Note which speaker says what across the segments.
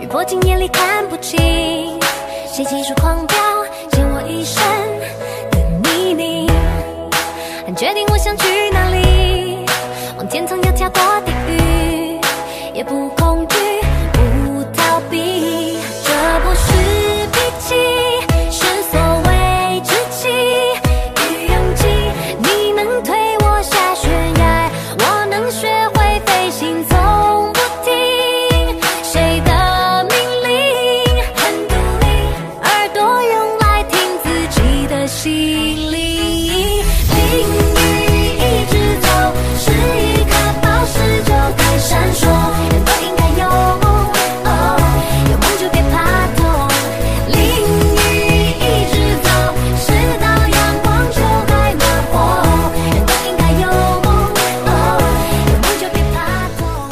Speaker 1: 雨泼进眼里看不清。谁情绪狂飙，溅我一身的泥泞。很确定我想去哪里，往天堂要跳过地狱，也不恐惧，不逃避。这不是脾气，是所谓志气与勇气。你能推我下悬崖，我能学会飞行，从不听谁的命令，很独立。耳朵用来听自己的心灵。淋雨一直走，是一颗宝石就该闪烁，人都应该有，哦有梦就别怕痛。淋雨一直走，直到阳光就该暖和，人都应该有，哦有梦就别怕痛。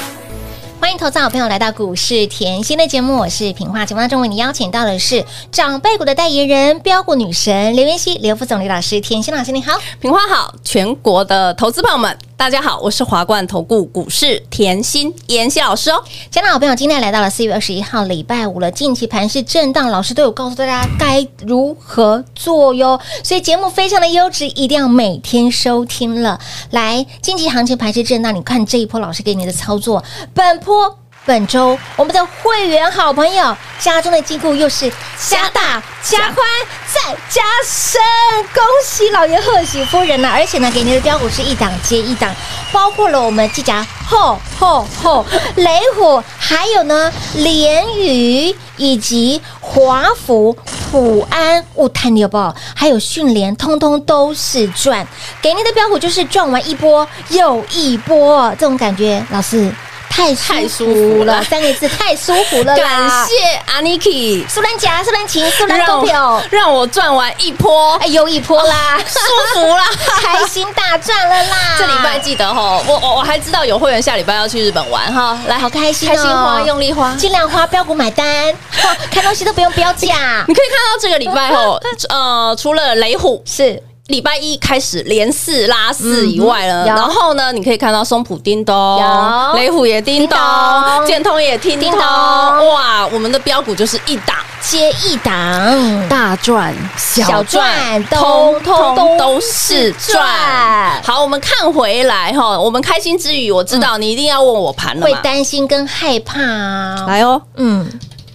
Speaker 2: 欢迎投资好朋友来到股市甜心的节目，我是平化。节目当中为你邀请到的是长辈股的代言人标股女神刘元熙、刘副总、刘老师、甜心老师，你好。
Speaker 3: 平花好，全国的投资朋友们，大家好，我是华冠投顾股市甜心妍希老师哦。
Speaker 2: 亲爱的好朋友，今天来到了四月二十一号，礼拜五了。近期盘势震荡，老师都有告诉大家该如何做哟，所以节目非常的优质，一定要每天收听了。来，近期行情盘势震荡，你看这一波老师给你的操作，本波。本周我们的会员好朋友家中的金库又是加大、加宽、再加深，恭喜老爷贺喜夫人呐、而且呢，给您的标股是一档接一档，包括了我们机甲后后后雷虎，还有呢联宇以及华孚、普安、物探六报，还有迅联，通通都是赚。给您的标股就是赚完一波又一波，这种感觉，老师。太
Speaker 3: 太
Speaker 2: 舒
Speaker 3: 舒
Speaker 2: 服
Speaker 3: 服
Speaker 2: 了，
Speaker 3: 了
Speaker 2: 三个字太舒服了
Speaker 3: 感
Speaker 2: 啦！
Speaker 3: 谢 Aniki，
Speaker 2: 苏兰夹、苏兰琴、苏兰
Speaker 3: 让
Speaker 2: 公
Speaker 3: 我
Speaker 2: 表，
Speaker 3: 让我赚完一波
Speaker 2: 哎，，又一波啦，
Speaker 3: 舒服啦。
Speaker 2: 开心大赚了啦！
Speaker 3: 这礼拜记得哦，我我我还知道有会员下礼拜要去日本玩哈，来，
Speaker 2: 好开心哦
Speaker 3: 开心花，用力花。
Speaker 2: 尽量花标股买单，哇看东西都不用标价
Speaker 3: 你，可以看到这个礼拜哦， 呃，除了雷虎
Speaker 2: 是
Speaker 3: 礼拜一开始连四拉四以外呢，
Speaker 2: 嗯有
Speaker 3: 然后呢，你可以看到松浦叮咚，
Speaker 2: 有
Speaker 3: 雷虎也叮
Speaker 2: 叮
Speaker 3: 咚
Speaker 2: 咚，
Speaker 3: 建通也叮
Speaker 2: 叮
Speaker 3: 咚，
Speaker 2: 咚
Speaker 3: 哇，我们的标股就是一档
Speaker 2: 接一档，
Speaker 3: 大赚
Speaker 2: 小赚
Speaker 3: 通
Speaker 2: 通
Speaker 3: 通
Speaker 2: 通
Speaker 3: 都
Speaker 2: 是
Speaker 3: 是
Speaker 2: 赚
Speaker 3: 赚。好，我们看回来哈，我们开心之余，我知道你一定要问我盘了
Speaker 2: 会
Speaker 3: 嘛，
Speaker 2: 担心跟害怕啊。
Speaker 3: 来哦，
Speaker 2: 嗯，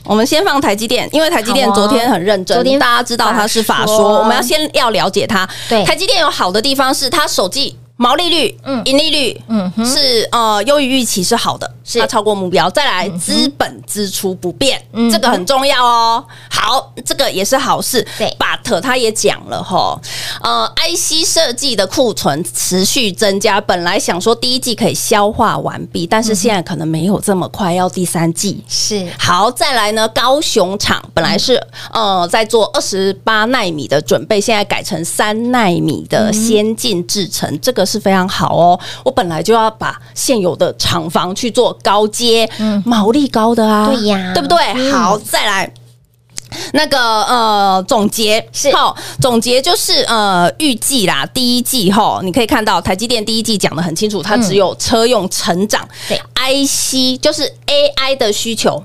Speaker 3: 我们先放台积电，因为台积电
Speaker 2: 好啊
Speaker 3: 昨天很认真，
Speaker 2: 昨天
Speaker 3: 大家知道它是法
Speaker 2: 法说
Speaker 3: 说，我们要先要了解它。
Speaker 2: 对
Speaker 3: 台积电有好的地方是它首季毛利率、
Speaker 2: 嗯
Speaker 3: 盈利率，
Speaker 2: 嗯哼
Speaker 3: 是呃优于预期是好的，
Speaker 2: 是
Speaker 3: 它超过目标。再来，资本支出不变
Speaker 2: 嗯，
Speaker 3: 这个很重要哦。好，这个也是好事。
Speaker 2: 对
Speaker 3: ，but 他也讲了吼，呃，IC 设计的库存持续增加，本来想说第一季可以消化完毕，但
Speaker 2: 嗯
Speaker 3: 是现在可能没有这么快，要第三季。
Speaker 2: 是
Speaker 3: 好，再来呢，高雄厂本来是、呃在做二十八纳米的准备，现在改成三纳米的先进制程，这个是非常好哦。我本来就要把现有的厂房去做高阶、毛利高的啊，
Speaker 2: 嗯对呀
Speaker 3: 对不对？
Speaker 2: 嗯
Speaker 3: 好，再来。那个呃，总结
Speaker 2: 是
Speaker 3: 好，总结就是呃，预计啦，第一季吼，你可以看到台积电第一季讲的很清楚，
Speaker 2: 嗯
Speaker 3: 它只有车用成长，
Speaker 2: 对
Speaker 3: IC 就是 AI 的需求。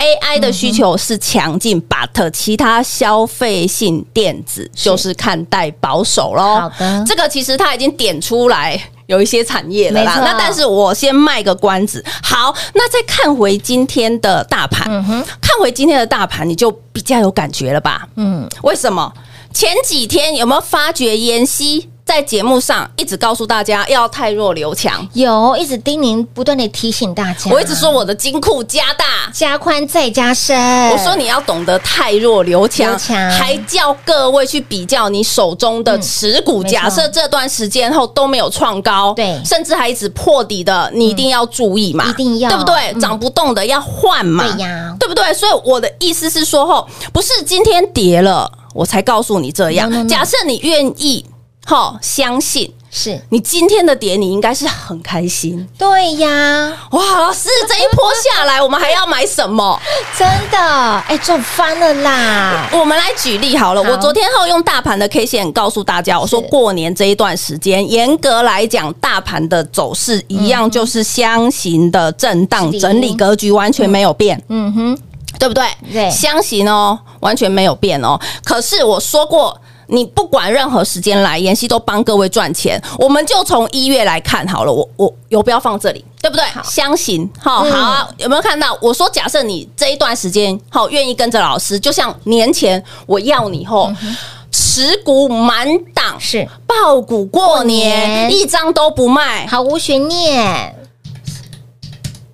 Speaker 3: AI
Speaker 2: 嗯
Speaker 3: 的需求是强劲，but 其他消费性电子就是看待保守喽。
Speaker 2: 好的
Speaker 3: 这个其实它已经点出来有一些产业了啦
Speaker 2: 没。错
Speaker 3: 那但是我先卖个关子。好，那再看回今天的大盘，
Speaker 2: 嗯
Speaker 3: 看回今天的大盘，你就比较有感觉了吧？
Speaker 2: 嗯，
Speaker 3: 为什么？前几天有没有发觉妍希在节目上一直告诉大家要太弱留强，
Speaker 2: 有一直叮咛，不断的提醒大家，
Speaker 3: 我一直说我的金库加大。
Speaker 2: 加宽再加深。
Speaker 3: 我说你要懂得太弱留强
Speaker 2: 哎留，强
Speaker 3: 还叫各位去比较你手中的持股。
Speaker 2: 嗯没错
Speaker 3: 假设这段时间后都没有创高，
Speaker 2: 对
Speaker 3: 甚至还一直破底的，你一定要注意嘛，
Speaker 2: 一定要
Speaker 3: 对不
Speaker 2: 嗯
Speaker 3: 对？涨不动的要换嘛，
Speaker 2: 对呀
Speaker 3: 对不对？所以我的意思是说，吼，不是今天跌了我才告诉你这
Speaker 2: No, no, no
Speaker 3: 样。假设你愿意，吼，相信
Speaker 2: 是
Speaker 3: 你今天的跌，你应该是很开心。
Speaker 2: 对呀，
Speaker 3: 哇，老师，这一波下来，我们还要买什么？
Speaker 2: 真的，哎，赚翻了啦！
Speaker 3: 我们来举例好了，
Speaker 2: 好
Speaker 3: 我昨天后用大盘的 K 线告诉大家，我说过年这一段时间，严格来讲，大盘的走势一样就是箱型的震荡
Speaker 2: 嗯是的
Speaker 3: 整理格局，完全没有变，
Speaker 2: 嗯哼，
Speaker 3: 对不对？
Speaker 2: 对
Speaker 3: 箱型哦，完全没有变哦。可是我说过。你不管任何时间来，妍希都帮各位赚钱。我们就从一月来看好了，我我有标放这里，对不对？箱型，好、
Speaker 2: 嗯
Speaker 3: 好啊，有没有看到？我说，假设你这一段时间好愿意跟着老师，就像年前我要你
Speaker 2: 嗯
Speaker 3: 后。持股满档
Speaker 2: 是
Speaker 3: 爆股过年，
Speaker 2: 过年
Speaker 3: 一张都不卖。
Speaker 2: 毫无悬念，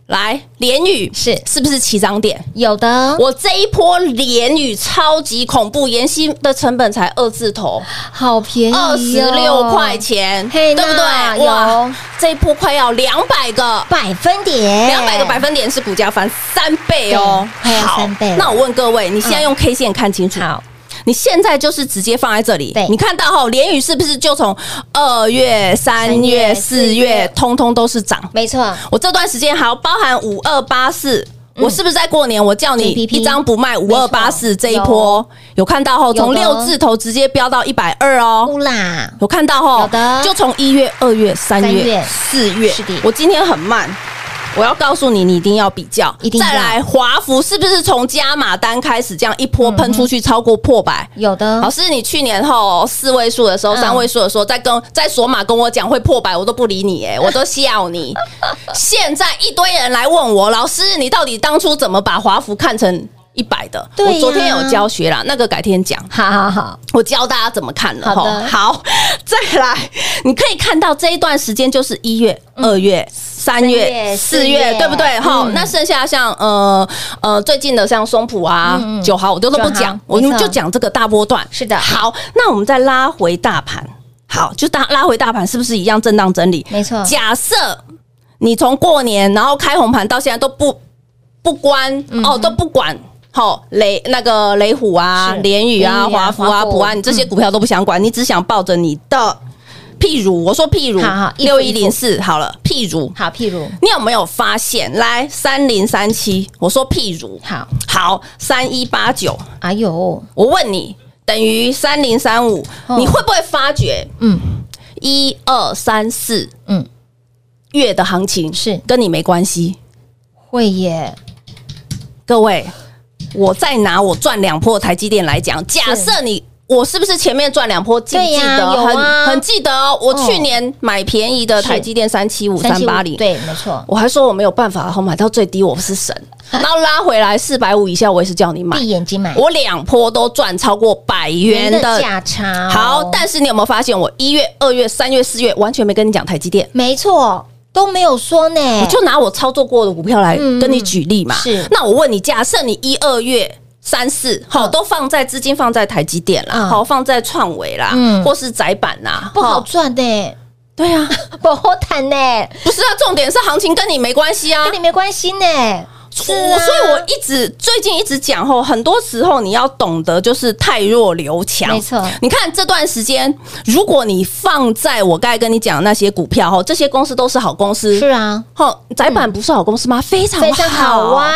Speaker 3: 来，联宇
Speaker 2: 是
Speaker 3: 是不是起涨点？
Speaker 2: 有的，
Speaker 3: 我这一波联宇超级恐怖，妍希的成本才二字头，
Speaker 2: 好便宜、哦，
Speaker 3: 二十六块，钱，
Speaker 2: 嘿
Speaker 3: 对不
Speaker 2: 那
Speaker 3: 对？
Speaker 2: 有，
Speaker 3: 这一波快要两百个。
Speaker 2: 百分点，
Speaker 3: 两百个百分点是股价翻三倍哦，
Speaker 2: 哎对快要三倍了
Speaker 3: 那我问各位，你现在用 K 线看清楚，
Speaker 2: 好，
Speaker 3: 你现在就是直接放在这里
Speaker 2: 对，
Speaker 3: 你看到后联宇是不是就从二月、三
Speaker 2: 月
Speaker 3: 月、四
Speaker 2: 四月
Speaker 3: 月，通通都是涨？
Speaker 2: 没错，
Speaker 3: 我这段时间还有包含五二八四。
Speaker 2: 嗯
Speaker 3: 我是不是在过年？我叫你
Speaker 2: JPP
Speaker 3: 一张不卖五二八四这一
Speaker 2: 有
Speaker 3: 波，有看到后
Speaker 2: 有的
Speaker 3: 从六字头直接飙到一百二哦，
Speaker 2: 乌啦，
Speaker 3: 有看到后
Speaker 2: 有的
Speaker 3: 就从一月、二月、三
Speaker 2: 三
Speaker 3: 月
Speaker 2: 月、
Speaker 3: 四月
Speaker 2: 是的，
Speaker 3: 我今天很慢，我要告诉你，你一定要比较
Speaker 2: 一定。要
Speaker 3: 再来，华孚是不是从加码单开始这样一
Speaker 2: 嗯
Speaker 3: 波喷出去超过破百？
Speaker 2: 有的
Speaker 3: 老，师，你去年后四位数的时候、
Speaker 2: 嗯
Speaker 3: 三位数的时候，在跟在索马跟我讲会破百，我都不理你、 哎，我都笑你。现在一堆人来问我，老师，你到底当初怎么把华孚看成一百的？
Speaker 2: 对呀
Speaker 3: 我昨天有教学啦，那个改天讲。
Speaker 2: 好好好，
Speaker 3: 我教大家怎么看了
Speaker 2: 好
Speaker 3: 吼
Speaker 2: 的
Speaker 3: 好， 再来，你可以看到这一段时间就是一月、二月、三
Speaker 2: 嗯月
Speaker 3: 月、
Speaker 2: 四
Speaker 3: 四
Speaker 2: 月
Speaker 3: 月，对不对？哈、
Speaker 2: 嗯
Speaker 3: 那剩下像呃呃最近的像松浦啊
Speaker 2: 嗯嗯、
Speaker 3: 九、号，我都都不
Speaker 2: 九
Speaker 3: 讲
Speaker 2: 号，
Speaker 3: 我
Speaker 2: 没
Speaker 3: 们
Speaker 2: 错
Speaker 3: 就讲这个大波段。
Speaker 2: 是的
Speaker 3: 好，那我们再拉回大盘，好，就大拉回大盘，是不是一样震荡整理？
Speaker 2: 没错
Speaker 3: 假设你从过年然后开红盘到现在都不不关、
Speaker 2: 嗯
Speaker 3: 哦，都不管。好，雷那个雷虎啊
Speaker 2: 是，
Speaker 3: 联宇啊，
Speaker 2: 联宇啊
Speaker 3: 华孚啊，
Speaker 2: 华孚
Speaker 3: 普啊，你这些股票都不想管，你只想抱着你的，譬如我说譬如
Speaker 2: 好好一幅
Speaker 3: 六
Speaker 2: 一
Speaker 3: 一
Speaker 2: 幅
Speaker 3: 零四好了，譬如
Speaker 2: 好，譬如，
Speaker 3: 你有没有发现？来三零三七，我说譬如
Speaker 2: 好，
Speaker 3: 好三一八九，
Speaker 2: 哎呦，
Speaker 3: 我问你等于三零三五
Speaker 2: 哦，
Speaker 3: 你会不会发觉
Speaker 2: 嗯，
Speaker 3: 一二三四
Speaker 2: 嗯
Speaker 3: 嗯月的行情
Speaker 2: 是
Speaker 3: 跟你没关系？
Speaker 2: 会耶，
Speaker 3: 各位，我再拿我赚两波台积电来讲，假设你。我是不是前面赚两波？记不
Speaker 2: 对
Speaker 3: 记
Speaker 2: 呀
Speaker 3: 得？
Speaker 2: 有啊
Speaker 3: 很很记得哦。我去年买便宜的
Speaker 2: 是
Speaker 3: 台积电三七五、三
Speaker 2: 375
Speaker 3: 八零，
Speaker 2: 对，没错，
Speaker 3: 我还说我没有办法，我买到最低，我不 是神。然后拉回来四百五以下，我也是叫你买。
Speaker 2: 闭眼睛买，
Speaker 3: 我两波都赚超过百元的。
Speaker 2: 价差哦，
Speaker 3: 好，但是你有没有发现，我一月、二月、三月、四月完全没跟你讲台积电？
Speaker 2: 没错，都没有说呢，
Speaker 3: 我就拿我操作过的股票来
Speaker 2: 嗯
Speaker 3: 跟你举例嘛。
Speaker 2: 是
Speaker 3: 那我问你，假设你一二月。三四好都放在资金放在台积电啦，
Speaker 2: 嗯
Speaker 3: 好放在创维啦
Speaker 2: 嗯，
Speaker 3: 或是窄板啦，
Speaker 2: 不好
Speaker 3: 齁。
Speaker 2: 赚呢，
Speaker 3: 对啊，
Speaker 2: 不好谈呢，
Speaker 3: 不是啊，重点是行情跟你没关系啊
Speaker 2: 跟。你没关系呢，是啊
Speaker 3: 我所以我一直最近一直讲吼，很多时候你要懂得就是太弱留强，
Speaker 2: 没错
Speaker 3: 你看这段时间，如果你放在我刚才跟你讲的那些股票吼，这些公司都是好公司，
Speaker 2: 是啊，
Speaker 3: 吼，窄板不是好公司吗？非常
Speaker 2: 非常好啊，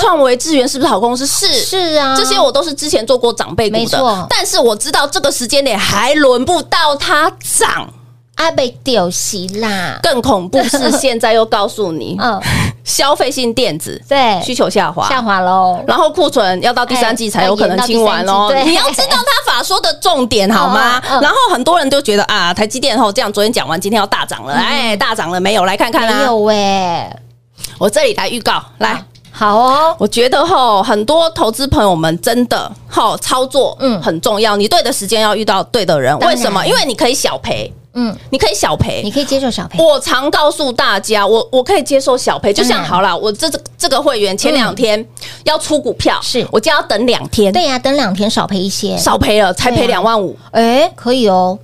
Speaker 3: 创维、智源是不是好公司？是。
Speaker 2: 是啊，
Speaker 3: 这些我都是之前做过长辈
Speaker 2: 没
Speaker 3: 股
Speaker 2: 错
Speaker 3: 的，但是我知道这个时间点还轮不到它涨。
Speaker 2: 阿啊被丢席啦，
Speaker 3: 更恐怖 是现在又告诉你，
Speaker 2: 嗯，
Speaker 3: 消费性电子
Speaker 2: 对，
Speaker 3: 需求下滑，
Speaker 2: 下滑喽，
Speaker 3: 然后库存要到第三季才有可能清完哦
Speaker 2: 哎要延到第三季对。
Speaker 3: 你要知道他法说的重点好吗
Speaker 2: 嗯嗯？
Speaker 3: 然后很多人都觉得啊，台积电后这样，昨天讲完，今天要大涨了，哎，大涨了没有？来看
Speaker 2: 嗯
Speaker 3: 看
Speaker 2: 没
Speaker 3: 啦，
Speaker 2: 有喂，
Speaker 3: 我这里来预告，来
Speaker 2: 好。好哦，
Speaker 3: 我觉得吼，很多投资朋友们真的吼操作
Speaker 2: 嗯
Speaker 3: 嗯很重要，你对的时间要遇到对的人。
Speaker 2: 当然
Speaker 3: 为什么？因为你可以小赔，
Speaker 2: 嗯，
Speaker 3: 你可以小赔，
Speaker 2: 你可以接受小赔，
Speaker 3: 我常告诉大家，我我可以接受小赔，就
Speaker 2: 当
Speaker 3: 像
Speaker 2: 然
Speaker 3: 好啦，我这这这个会员前两天要出股票，
Speaker 2: 是
Speaker 3: 我就要等两天，
Speaker 2: 对呀、等两天少赔一些，
Speaker 3: 少赔了才
Speaker 2: 对啊
Speaker 3: 赔两万五，
Speaker 2: 哎，可以哦。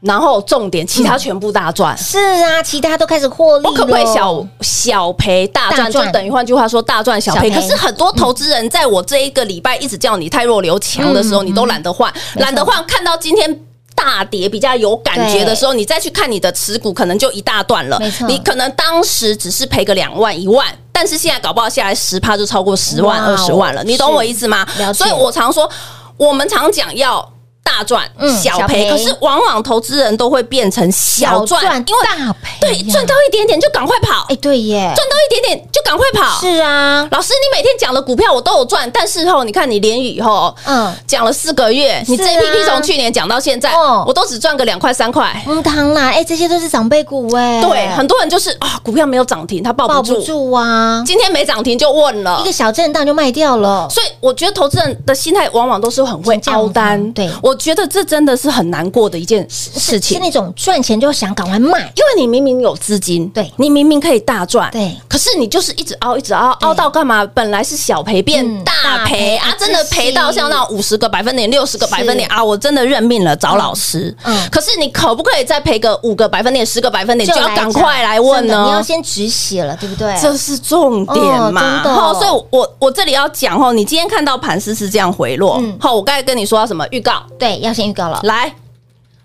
Speaker 3: 然后重点
Speaker 2: 嗯
Speaker 3: 其他全部大赚。
Speaker 2: 是啊，其他都开始获利
Speaker 3: 我
Speaker 2: 了，
Speaker 3: 可不可以小哦小赔大
Speaker 2: 大
Speaker 3: 赚？就
Speaker 2: 赚
Speaker 3: 等于换句话说，大赚小赔。
Speaker 2: 小赔
Speaker 3: 可是很多投资人在我这一个礼拜一直叫你太弱留强的时候，
Speaker 2: 嗯
Speaker 3: 你都懒得换，
Speaker 2: 没错
Speaker 3: 懒得换。看到今天。大跌比较有感觉的时候，你再去看你的持股，可能就一大段了
Speaker 2: 没错。
Speaker 3: 你可能当时只是赔个两万一万，但是现在搞不好下来十趴就超过十万
Speaker 2: 哇哦
Speaker 3: 二十万了。你懂我意思吗
Speaker 2: 是了？解
Speaker 3: 所以我常说，我们常讲要大赚
Speaker 2: 嗯
Speaker 3: 小
Speaker 2: 小
Speaker 3: 赔，
Speaker 2: 赔
Speaker 3: 可是往往投资人都会变成小赚，因为
Speaker 2: 大赔呀，
Speaker 3: 对，赚到一点点就赶快跑，
Speaker 2: 哎，对耶，
Speaker 3: 赚到一点点就赶快跑。
Speaker 2: 是啊，
Speaker 3: 老师，你每天讲的股票我都有赚，但是后你看你连雨后，
Speaker 2: 嗯
Speaker 3: 讲了四个月，你
Speaker 2: 是啊
Speaker 3: JPP 从去年讲到现在
Speaker 2: 哦，
Speaker 3: 我都只赚个两块三块。
Speaker 2: 嗯，当啦，哎，这些都是长辈股哎，
Speaker 3: 对，很多人就是啊，股票没有涨停，他抱
Speaker 2: 抱
Speaker 3: 不
Speaker 2: 不
Speaker 3: 住，
Speaker 2: 住啊，
Speaker 3: 今天没涨停就问了
Speaker 2: 一个。小震荡就卖掉了，
Speaker 3: 所以我觉得投资人的心态往往都是很会
Speaker 2: 是这样
Speaker 3: 凹
Speaker 2: 子
Speaker 3: 单，
Speaker 2: 对
Speaker 3: 我觉得这真的是很难过的一件事
Speaker 2: 是
Speaker 3: 情。
Speaker 2: 那种赚钱就想赶快卖，
Speaker 3: 因为你明明有资金，
Speaker 2: 对
Speaker 3: 你明明可以大赚，
Speaker 2: 对
Speaker 3: 可是你就是一直凹，一直凹，凹到干嘛？本来是小赔
Speaker 2: 嗯
Speaker 3: 变
Speaker 2: 大
Speaker 3: 大
Speaker 2: 赔
Speaker 3: 赔啊
Speaker 2: 啊，
Speaker 3: 真的赔到像那五十个百分点、六十个百分点
Speaker 2: 是
Speaker 3: 啊，我真的认命了，找老师。
Speaker 2: 嗯
Speaker 3: 可是你可不可以再赔个五个百分点、十个百分点，就要
Speaker 2: 来
Speaker 3: 赶
Speaker 2: 讲
Speaker 3: 快来问
Speaker 2: 真的你要
Speaker 3: 呢？
Speaker 2: 先止血了，对不对？
Speaker 3: 这是重
Speaker 2: 哦
Speaker 3: 点嘛？
Speaker 2: 真的
Speaker 3: 齁所以我我这里要讲哦，你今天看到盘丝是这样回落
Speaker 2: 嗯，
Speaker 3: 好，我刚才跟你说到什么预告？
Speaker 2: 对，要先预告了，
Speaker 3: 来，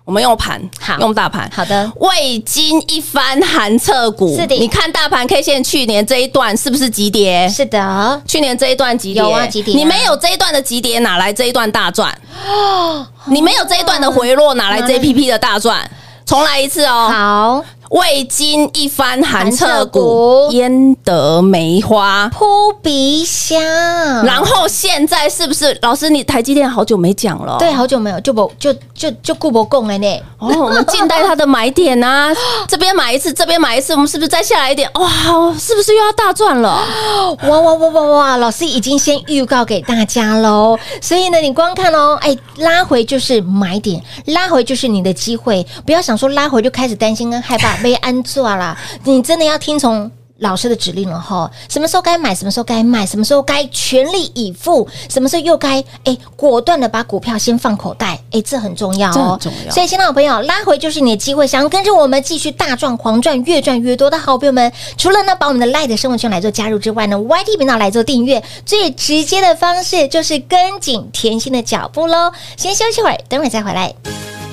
Speaker 3: 我们用盘，
Speaker 2: 好
Speaker 3: 用大盘，
Speaker 2: 好的，
Speaker 3: 未经一番寒彻骨。
Speaker 2: 是的
Speaker 3: 你看大盘 K 线去年这一段是不是急跌？
Speaker 2: 是的，
Speaker 3: 去年这一段急跌，
Speaker 2: 有啊急跌啊
Speaker 3: 你没有这一段的急跌，哪来这一段 大赚？你没有这一段的回落，哪来
Speaker 2: 哪来
Speaker 3: JPP 的大赚？重来一次哦！
Speaker 2: 好，
Speaker 3: 未经一番寒彻
Speaker 2: 寒彻
Speaker 3: 骨
Speaker 2: 骨，
Speaker 3: 焉得梅花？
Speaker 2: 扑鼻香，嗯
Speaker 3: 然后现在是不是老师？你台积电好久没讲了，
Speaker 2: 对，好久没有就不就就就顾不供了呢，
Speaker 3: 哦，我们静待它的买点啊， 这边买一次，这边买一次，我们是不是再下来一点？哇，是不是又要大赚了？
Speaker 2: 哇哇哇哇哇！老师已经先预告给大家喽，所以呢，你光看哦，哎，拉回就是买点，拉回就是你的机会，不要想说拉回就开始担心跟害怕被安坐啦，你真的要听从。老师的指令了哈，什么时候该买，什么时候该卖，什么时候该全力以赴，什么时候又该哎果断的把股票先放口袋，哎，这很重要
Speaker 3: 这
Speaker 2: 哦
Speaker 3: 很，重要
Speaker 2: 所以，新老朋友，拉回就是你的机会，想要跟着我们继续大赚、狂赚、越赚越多的好朋友们，除了呢把我们的 Light 生活圈来做加入之外呢，YT 频道来做订阅，最直接的方式就是跟紧甜心的脚步喽。先休息会儿，等会儿再回来。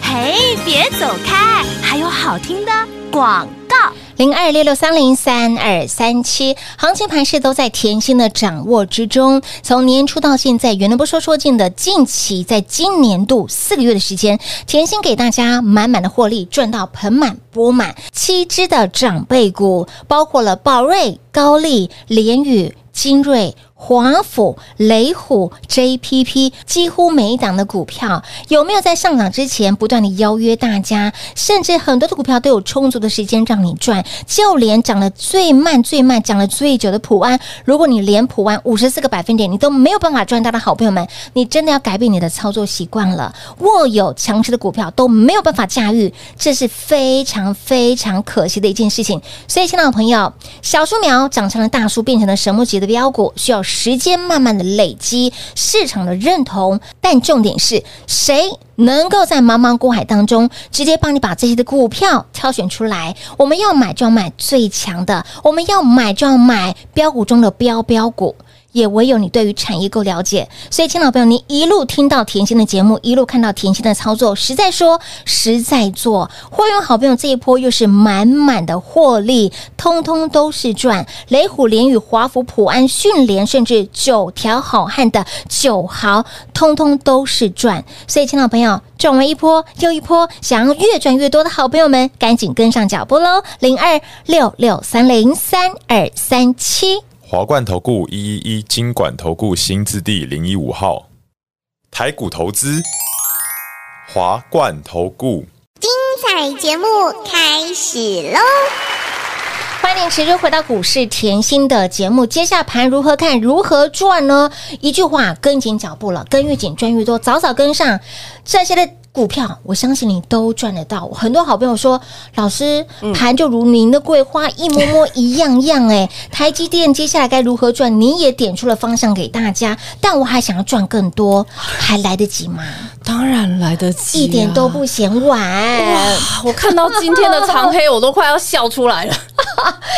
Speaker 4: 嘿，别走开，还有好听的广告。
Speaker 2: 零二六六三零三二三七，行情盘势都在甜心的掌握之中。从年初到现在，原来不说说尽的近期，在今年度四个月的时间，甜心给大家满满的获利，赚到盆满钵满。七只的长辈股，包括了宝瑞、高丽、联宇、精锐。华府、雷虎、JPP，几乎每一档的股票有没有在上涨之前不断的邀约大家？甚至很多的股票都有充足的时间让你赚，就连涨得最慢、最慢、涨得最久的普安，如果你连普安五十四个百分点你都没有办法赚到的好朋友们，你真的要改变你的操作习惯了。握有强势的股票都没有办法驾驭，这是非常非常可惜的一件事情。所以，亲爱的朋友，小树苗长成了大树，变成了神木级的标股，需要时间慢慢的累积市场的认同。但重点是谁能够在茫茫股海当中，直接帮你把这些的股票挑选出来？我们要买就要买最强的，我们要买就要买标股中的标标股。也唯有你对于产业够了解，所以，亲老朋友，你一路听到甜心的节目，一路看到甜心的操作，实在说，实在做，会员好朋友这一波又是满满的获利，通通都是赚。雷虎、联宇、华府、普安、迅联，甚至九条好汉的九豪，通通都是赚。所以，亲老朋友，赚完一波又一波，想要越赚越多的好朋友们，赶紧跟上脚步喽！零二六六三零三二三七。
Speaker 5: 华冠投顾一一一金管投顾新字第零一五号，台股投资，华冠投顾。
Speaker 6: 彩节目开始喽！
Speaker 2: 欢迎持续回到股市甜心的节目。接下盘如何看？如何赚呢？一句话，跟紧脚步了，跟越紧赚越多，早早跟上这些的股票，我相信你都赚得到。很多好朋友说，老师
Speaker 3: 嗯
Speaker 2: 盘就如您的桂花一模模一样样哎、台积电接下来该如何赚？你也点出了方向给大家，但我还想要赚更多，还来得及吗？
Speaker 3: 当然来得及、
Speaker 2: 一点都不嫌晚。
Speaker 3: 啊哇！我看到今天的长黑，我都快要笑出来了，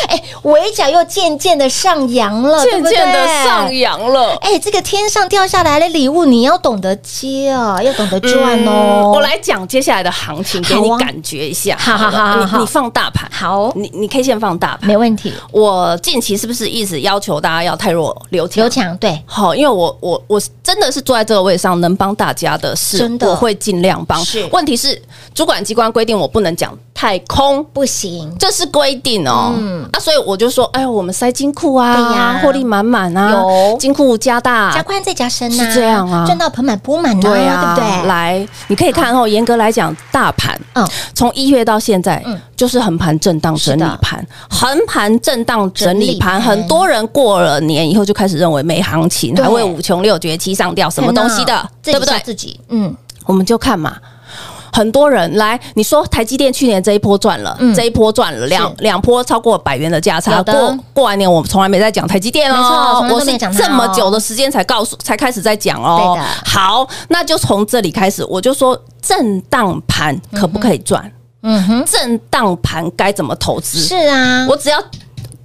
Speaker 2: 哎，围剿又渐渐的上扬了， 对
Speaker 3: 渐
Speaker 2: 不对
Speaker 3: 渐的上。扬了。
Speaker 2: 哎，这个天上掉下来的礼物，你要懂得接哦，要懂得赚哦。
Speaker 3: 嗯我来讲接下来的行情，给你
Speaker 2: 好啊
Speaker 3: 感觉一下。
Speaker 2: 好好好
Speaker 3: 了
Speaker 2: 好
Speaker 3: 你
Speaker 2: 好
Speaker 3: 你放大盘，
Speaker 2: 好
Speaker 3: 你你可以先放大盘。
Speaker 2: 没问题，
Speaker 3: 我近期是不是一直要求大家要太弱留强？
Speaker 2: 刘强对，
Speaker 3: 好，因为我我我真的是坐在这个位上，能帮大家的事，
Speaker 2: 真的
Speaker 3: 我会尽量帮。
Speaker 2: 是
Speaker 3: 问题是主管机关规定我不能讲太空。
Speaker 2: 不行，
Speaker 3: 这是规定哦，
Speaker 2: 嗯
Speaker 3: 啊，所以我就说，哎呦，我们塞金库
Speaker 2: 对
Speaker 3: 啊，
Speaker 2: 呀
Speaker 3: 获利满满啊，
Speaker 2: 有
Speaker 3: 金库加大，
Speaker 2: 加宽再加深呐、
Speaker 3: 是这样啊
Speaker 2: 赚到盆满钵满呐，
Speaker 3: 对啊
Speaker 2: 对不对？啊
Speaker 3: 来，你可以看哦，严格来讲，大盘
Speaker 2: 嗯，
Speaker 3: 从一月到现在
Speaker 2: 嗯，
Speaker 3: 就是横盘震荡整理盘，横盘震荡整理
Speaker 2: 整理
Speaker 3: 盘，
Speaker 2: 盘
Speaker 3: 很多人过了年以后就开始认为没行情，
Speaker 2: 对
Speaker 3: 还会五穷六绝七上吊什么东西
Speaker 2: 天
Speaker 3: 的
Speaker 2: 哪，
Speaker 3: 对
Speaker 2: 自
Speaker 3: 不
Speaker 2: 己
Speaker 3: 对
Speaker 2: 吓？自己，嗯，
Speaker 3: 我们就看嘛。很多人来，你说台积电去年这一波赚了，
Speaker 2: 嗯
Speaker 3: 这一波赚了两两波超过百元的价差。
Speaker 2: 有的
Speaker 3: 过过完年，我们从来没在讲台积电
Speaker 2: 没错
Speaker 3: 哦
Speaker 2: 从，来都
Speaker 3: 我是
Speaker 2: 没讲它哦
Speaker 3: 这么久的时间才告诉，才开始在讲哦
Speaker 2: 对的。
Speaker 3: 好，那就从这里开始，我就说震荡盘可不可以赚？
Speaker 2: 嗯哼，
Speaker 3: 震荡盘该怎么投资？
Speaker 2: 是啊，
Speaker 3: 我只要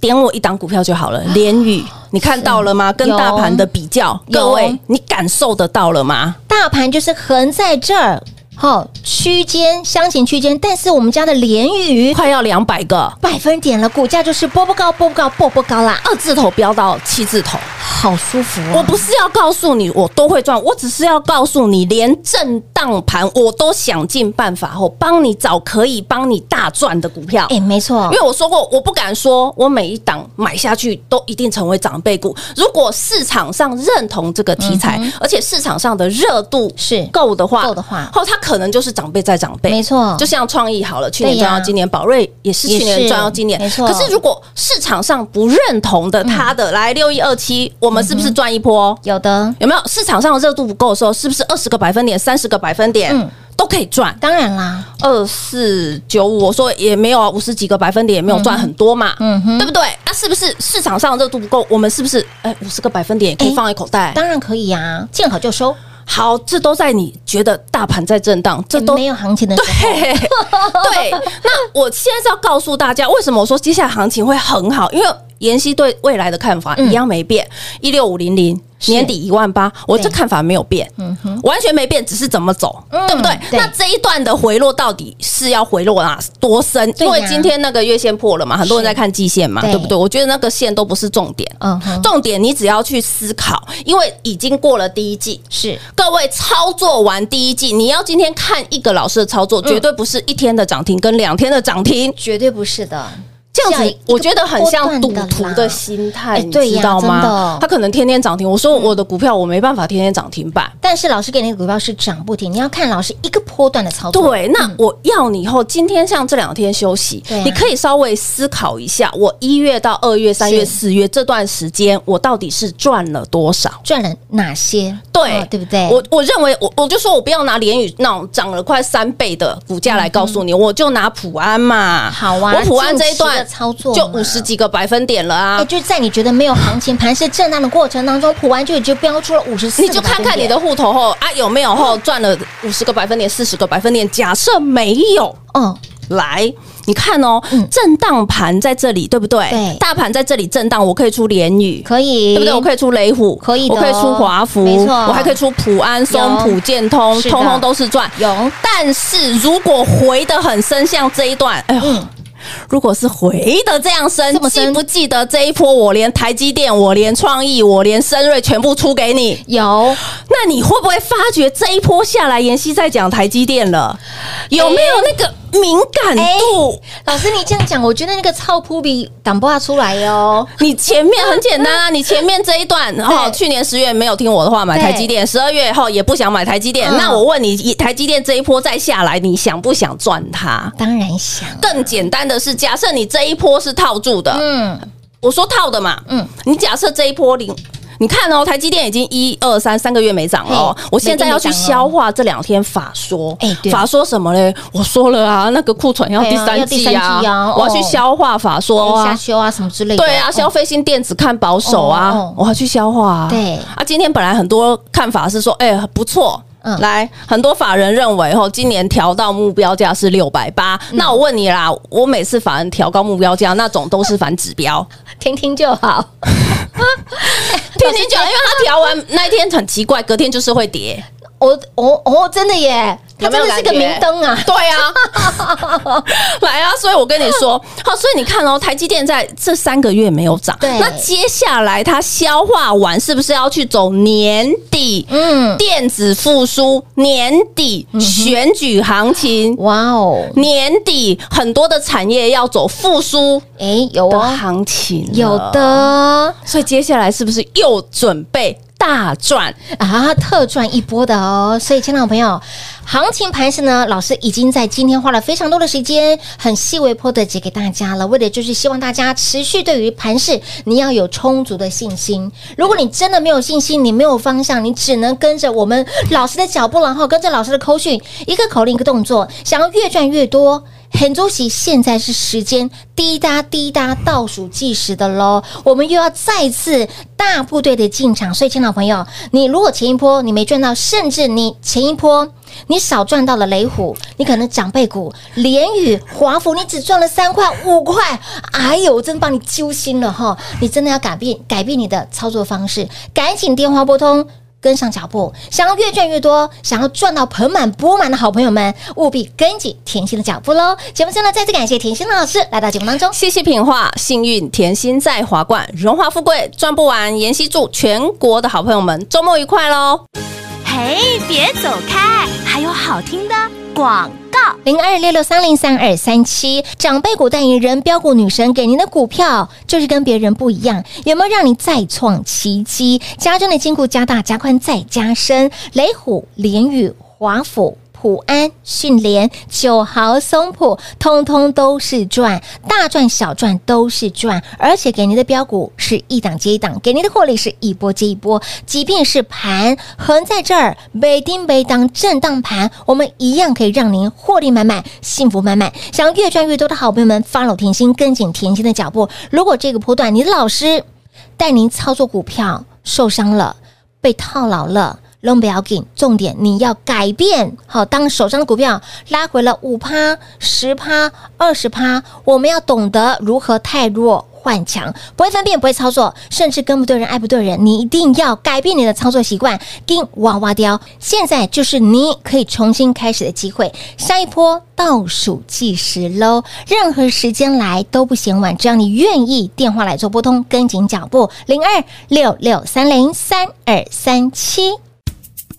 Speaker 3: 点我一档股票就好了。联宇，你看到了吗？跟
Speaker 2: 有
Speaker 3: 大盘的比较，各
Speaker 2: 有
Speaker 3: 位，你感受得到了吗？
Speaker 2: 大盘就是横在这儿，好、区间箱型区间，但是我们家的连雨
Speaker 3: 快要两百个。
Speaker 2: 百分点了，股价就是波波高，波波高，波波高啦，哦
Speaker 3: 二字头飙到七字头，
Speaker 2: 好舒服
Speaker 3: 我
Speaker 2: 哦。
Speaker 3: 不是要告诉你我都会赚，我只是要告诉你，连震荡盘我都想尽办法后帮你找可以帮你大赚的股票。
Speaker 2: 哎，没错
Speaker 3: 因，为我说过，我不敢说我每一档买下去都一定成为长辈股。如果市场上认同这个题材，而且市场上的热度
Speaker 2: 嗯是
Speaker 3: 够的话，
Speaker 2: 够的话
Speaker 3: 后它可能就是长辈在长辈，
Speaker 2: 没错
Speaker 3: 就像创意好了，去年
Speaker 2: 对呀
Speaker 3: 赚到今年，宝瑞也是去
Speaker 2: 也
Speaker 3: 年
Speaker 2: 是
Speaker 3: 赚到今年，
Speaker 2: 没错嗯
Speaker 3: 可是如果市场上不认同的它的，来六一二七，我们是不是赚一波？
Speaker 2: 有的，
Speaker 3: 有没有市场上的热度不够的时候，是不是二十个百分点、三十个百分点、
Speaker 2: 嗯
Speaker 3: 都可以赚？
Speaker 2: 当然啦，
Speaker 3: 二四九五，我说也没有啊，五十几个百分点也没有赚很多嘛，
Speaker 2: 嗯哼
Speaker 3: 对不对？啊，是不是市场上热度不够？我们是不是哎五十个百分点也可以
Speaker 2: 哎
Speaker 3: 放在口袋？
Speaker 2: 当然可以啊，见好就收，
Speaker 3: 好，这都在你觉得大盘在震荡，这都
Speaker 2: 没有行情的时候，
Speaker 3: 对对。那我现在是要告诉大家，为什么我说接下来行情会很好，因为妍希对未来的看法
Speaker 2: 嗯
Speaker 3: 一样没变，一六五零零。
Speaker 2: 是
Speaker 3: 年底一万八，我这
Speaker 2: 对
Speaker 3: 看法没有变，完全没变，只是怎么走，
Speaker 2: 嗯
Speaker 3: 对不对？
Speaker 2: 对
Speaker 3: 那这一段的回落到底是要回落啊多深？
Speaker 2: 对
Speaker 3: 因
Speaker 2: 呀
Speaker 3: 为今天那个月线破了嘛，很多人
Speaker 2: 是
Speaker 3: 在看季线嘛，
Speaker 2: 对
Speaker 3: 对不对？我觉得那个线都不是重点，
Speaker 2: 嗯哼，
Speaker 3: 重点你只要去思考，因为已经过了第一季，
Speaker 2: 是
Speaker 3: 各位操作完第一季，你要今天看一个老师的操作，绝对不是一天的涨停跟两天的涨停，
Speaker 2: 绝对不是的，
Speaker 3: 这样
Speaker 2: 是要一
Speaker 3: 子
Speaker 2: 个
Speaker 3: 我觉得很像赌
Speaker 2: 波段
Speaker 3: 徒
Speaker 2: 啦
Speaker 3: 的心态，
Speaker 2: 哎
Speaker 3: 你
Speaker 2: 对呀
Speaker 3: 知道
Speaker 2: 真
Speaker 3: 吗嗯
Speaker 2: 的？
Speaker 3: 他可能天天涨停，我说我的股票我没办法天天涨停板。
Speaker 2: 但是老师给你的股票是涨不停，你要看老师一个波段的操作。嗯
Speaker 3: 对，那我要你以后今天像这两天休息
Speaker 2: 对啊，
Speaker 3: 你可以稍微思考一下，我一月到二月、三月、
Speaker 2: 是
Speaker 3: 四月这段时间，我到底是赚了多少？
Speaker 2: 赚了哪些？
Speaker 3: 对、
Speaker 2: 哦对不对？
Speaker 3: 我我认为我我就说我不要拿联宇那种涨了快三倍的股价来告诉你，我就拿普安嘛。
Speaker 2: 嗯好啊
Speaker 3: 我普安这一
Speaker 2: 近期
Speaker 3: 段
Speaker 2: 的操作嘛
Speaker 3: 就五十几个百分点了啊。
Speaker 2: 哎，就是在你觉得没有行情盘势震荡的过程当中，普安就已经标出了五十四，
Speaker 3: 你就看看你的户头后啊有没有后赚了五十个百分点、四十个百分点。假设没有，
Speaker 2: 哦，
Speaker 3: 来，你看哦，
Speaker 2: 嗯
Speaker 3: 震荡盘在这里，对不对？
Speaker 2: 对
Speaker 3: 大盘在这里震荡，我可以出联宇，
Speaker 2: 可以，
Speaker 3: 对不对？我可以出雷虎，
Speaker 2: 可以的
Speaker 3: 我
Speaker 2: 哦
Speaker 3: 可以出华孚，
Speaker 2: 没错
Speaker 3: 我还可以出普安、松
Speaker 2: 有
Speaker 3: 普、建通，
Speaker 2: 是的
Speaker 3: 通通都是赚。
Speaker 2: 有，
Speaker 3: 但是如果回的很深，像这一段，哎呦。如果是回的这样
Speaker 2: 嗯
Speaker 3: 深，
Speaker 2: 这么深
Speaker 3: 记不记得这一波我连台积电、我连创意、我连深瑞全部出给你？
Speaker 2: 有
Speaker 3: 那你会不会发觉这一波下来，妍希在讲台积电了？有没有那个敏感度？
Speaker 2: 老师，你这样讲，我觉得那个操扑比挡不出来哟。
Speaker 3: 你前面很 简单啊，你前面这一段，然后
Speaker 2: 对
Speaker 3: 去年十月没有听我的话买
Speaker 2: 对
Speaker 3: 台积电，十二月后也不想买台积电。
Speaker 2: 嗯
Speaker 3: 那我问你，台积电这一波再下来，你想不想赚它？
Speaker 2: 当然想，
Speaker 3: 更简单的是，假设你这一波是套住的，
Speaker 2: 嗯，
Speaker 3: 我说套的嘛，
Speaker 2: 嗯
Speaker 3: 嗯，你假设这一波零。你看哦，台积电已经一二三三个月没涨了哦
Speaker 2: 嘿，
Speaker 3: 我现在要去
Speaker 2: 没涨哦
Speaker 3: 消化这两天法说
Speaker 2: 哎对，
Speaker 3: 法说什么嘞？我说了啊，那个库存要
Speaker 2: 对啊
Speaker 3: 第三
Speaker 2: 要第
Speaker 3: 季
Speaker 2: 三季啊
Speaker 3: 啊，我要去
Speaker 2: 哦
Speaker 3: 消化法说
Speaker 2: 下
Speaker 3: 啊。
Speaker 2: 修啊什么之类的。
Speaker 3: 对啊，
Speaker 2: 哦
Speaker 3: 消费性电子看保守啊，
Speaker 2: 哦哦
Speaker 3: 我要去消化啊。
Speaker 2: 对
Speaker 3: 啊，今天本来很多看法是说，哎、不错。
Speaker 2: 嗯
Speaker 3: 来，很多法人认为，吼，今年调到目标价是六百八。
Speaker 2: 嗯
Speaker 3: 那我问你啦，我每次法人调高目标价，那种都是反 指标。
Speaker 2: 听听就好。
Speaker 3: 听你 讲，因为他调完那一天很奇怪，隔天就是会跌。
Speaker 2: 哦哦哦，真的耶，它
Speaker 3: 有没有
Speaker 2: 真的是个
Speaker 3: 感觉
Speaker 2: 明灯啊！
Speaker 3: 对啊， 来啊！所以我跟你说， 好，所以你看哦，台积电在这三个月没有涨，
Speaker 2: 对
Speaker 3: 那接下来它消化完，是不是要去走年底？
Speaker 2: 嗯，
Speaker 3: 电子复苏，年底选举行情，
Speaker 2: 哇哦，
Speaker 3: 年底很多的产业要走复苏
Speaker 2: 哎，有
Speaker 3: 的
Speaker 2: 哦，
Speaker 3: 行情，
Speaker 2: 有，的
Speaker 3: 所以接下来是不是又准备大赚？
Speaker 2: 啊，特赚一波的哦。所以，亲爱的朋友，行情盘势呢，老师已经在今天花了非常多的时间，很细微波的解给大家了。为的就是希望大家持续对于盘势，呃你要有充足的信心。如果你真的没有信心，你没有方向，你只能跟着我们老师的脚步，然后跟着老师的口讯，一个口令一个动作，想要越赚越多。很多喜，现在是时间滴答滴答倒数计时的喽，我们又要再次大部队的进场，所以，亲老朋友，你如果前一波你没赚到，甚至你前一波你少赚到了雷虎，你可能长辈股、联宇、华府，你只赚了三块五块，哎呦，我真帮你揪心了哈！你真的要改变改变你的操作方式，赶紧电话拨通。跟上脚步，想要越赚越多，想要赚到盆满钵满的好朋友们，务必跟紧甜心的脚步喽！节目真的再次感谢甜心老师来到节目当中。
Speaker 3: 谢谢品画，幸运甜心在华冠，荣华富贵赚不完。妍希祝全国的好朋友们周末愉快喽！
Speaker 4: 嘿，别走开，还有好听的广告。
Speaker 2: 零二六六三零三二三七，长辈股代言人标股女神给您的股票就是跟别人不一样，有没有让你再创奇迹？家中的金库加大加宽再加深，雷虎、联宇、华府。普安、迅联、九豪、松浦，通通都是赚，大赚小赚都是赚，而且给您的标股是一档接一档，给您的获利是一波接一波。即便是盘横在这儿，北丁北当震荡盘，我们一样可以让您获利满满、幸福满满。想要越赚越多的好朋友们，follow 甜心，跟紧甜心的脚步。如果这个波段你的老师带您操作股票受伤了，被套牢了。拢不要紧，重点你要改变。好，当手上的股票拉回了五趴、十趴、二十趴，我们要懂得如何太弱换强，不会分辨，不会操作，甚至跟不对人、爱不对人，你一定要改变你的操作习惯，跟哇哇雕。现在就是你可以重新开始的机会，下一波倒数计时喽！任何时间来都不嫌晚，只要你愿意，电话来做拨通，跟紧脚步，零二六六三零三二三七。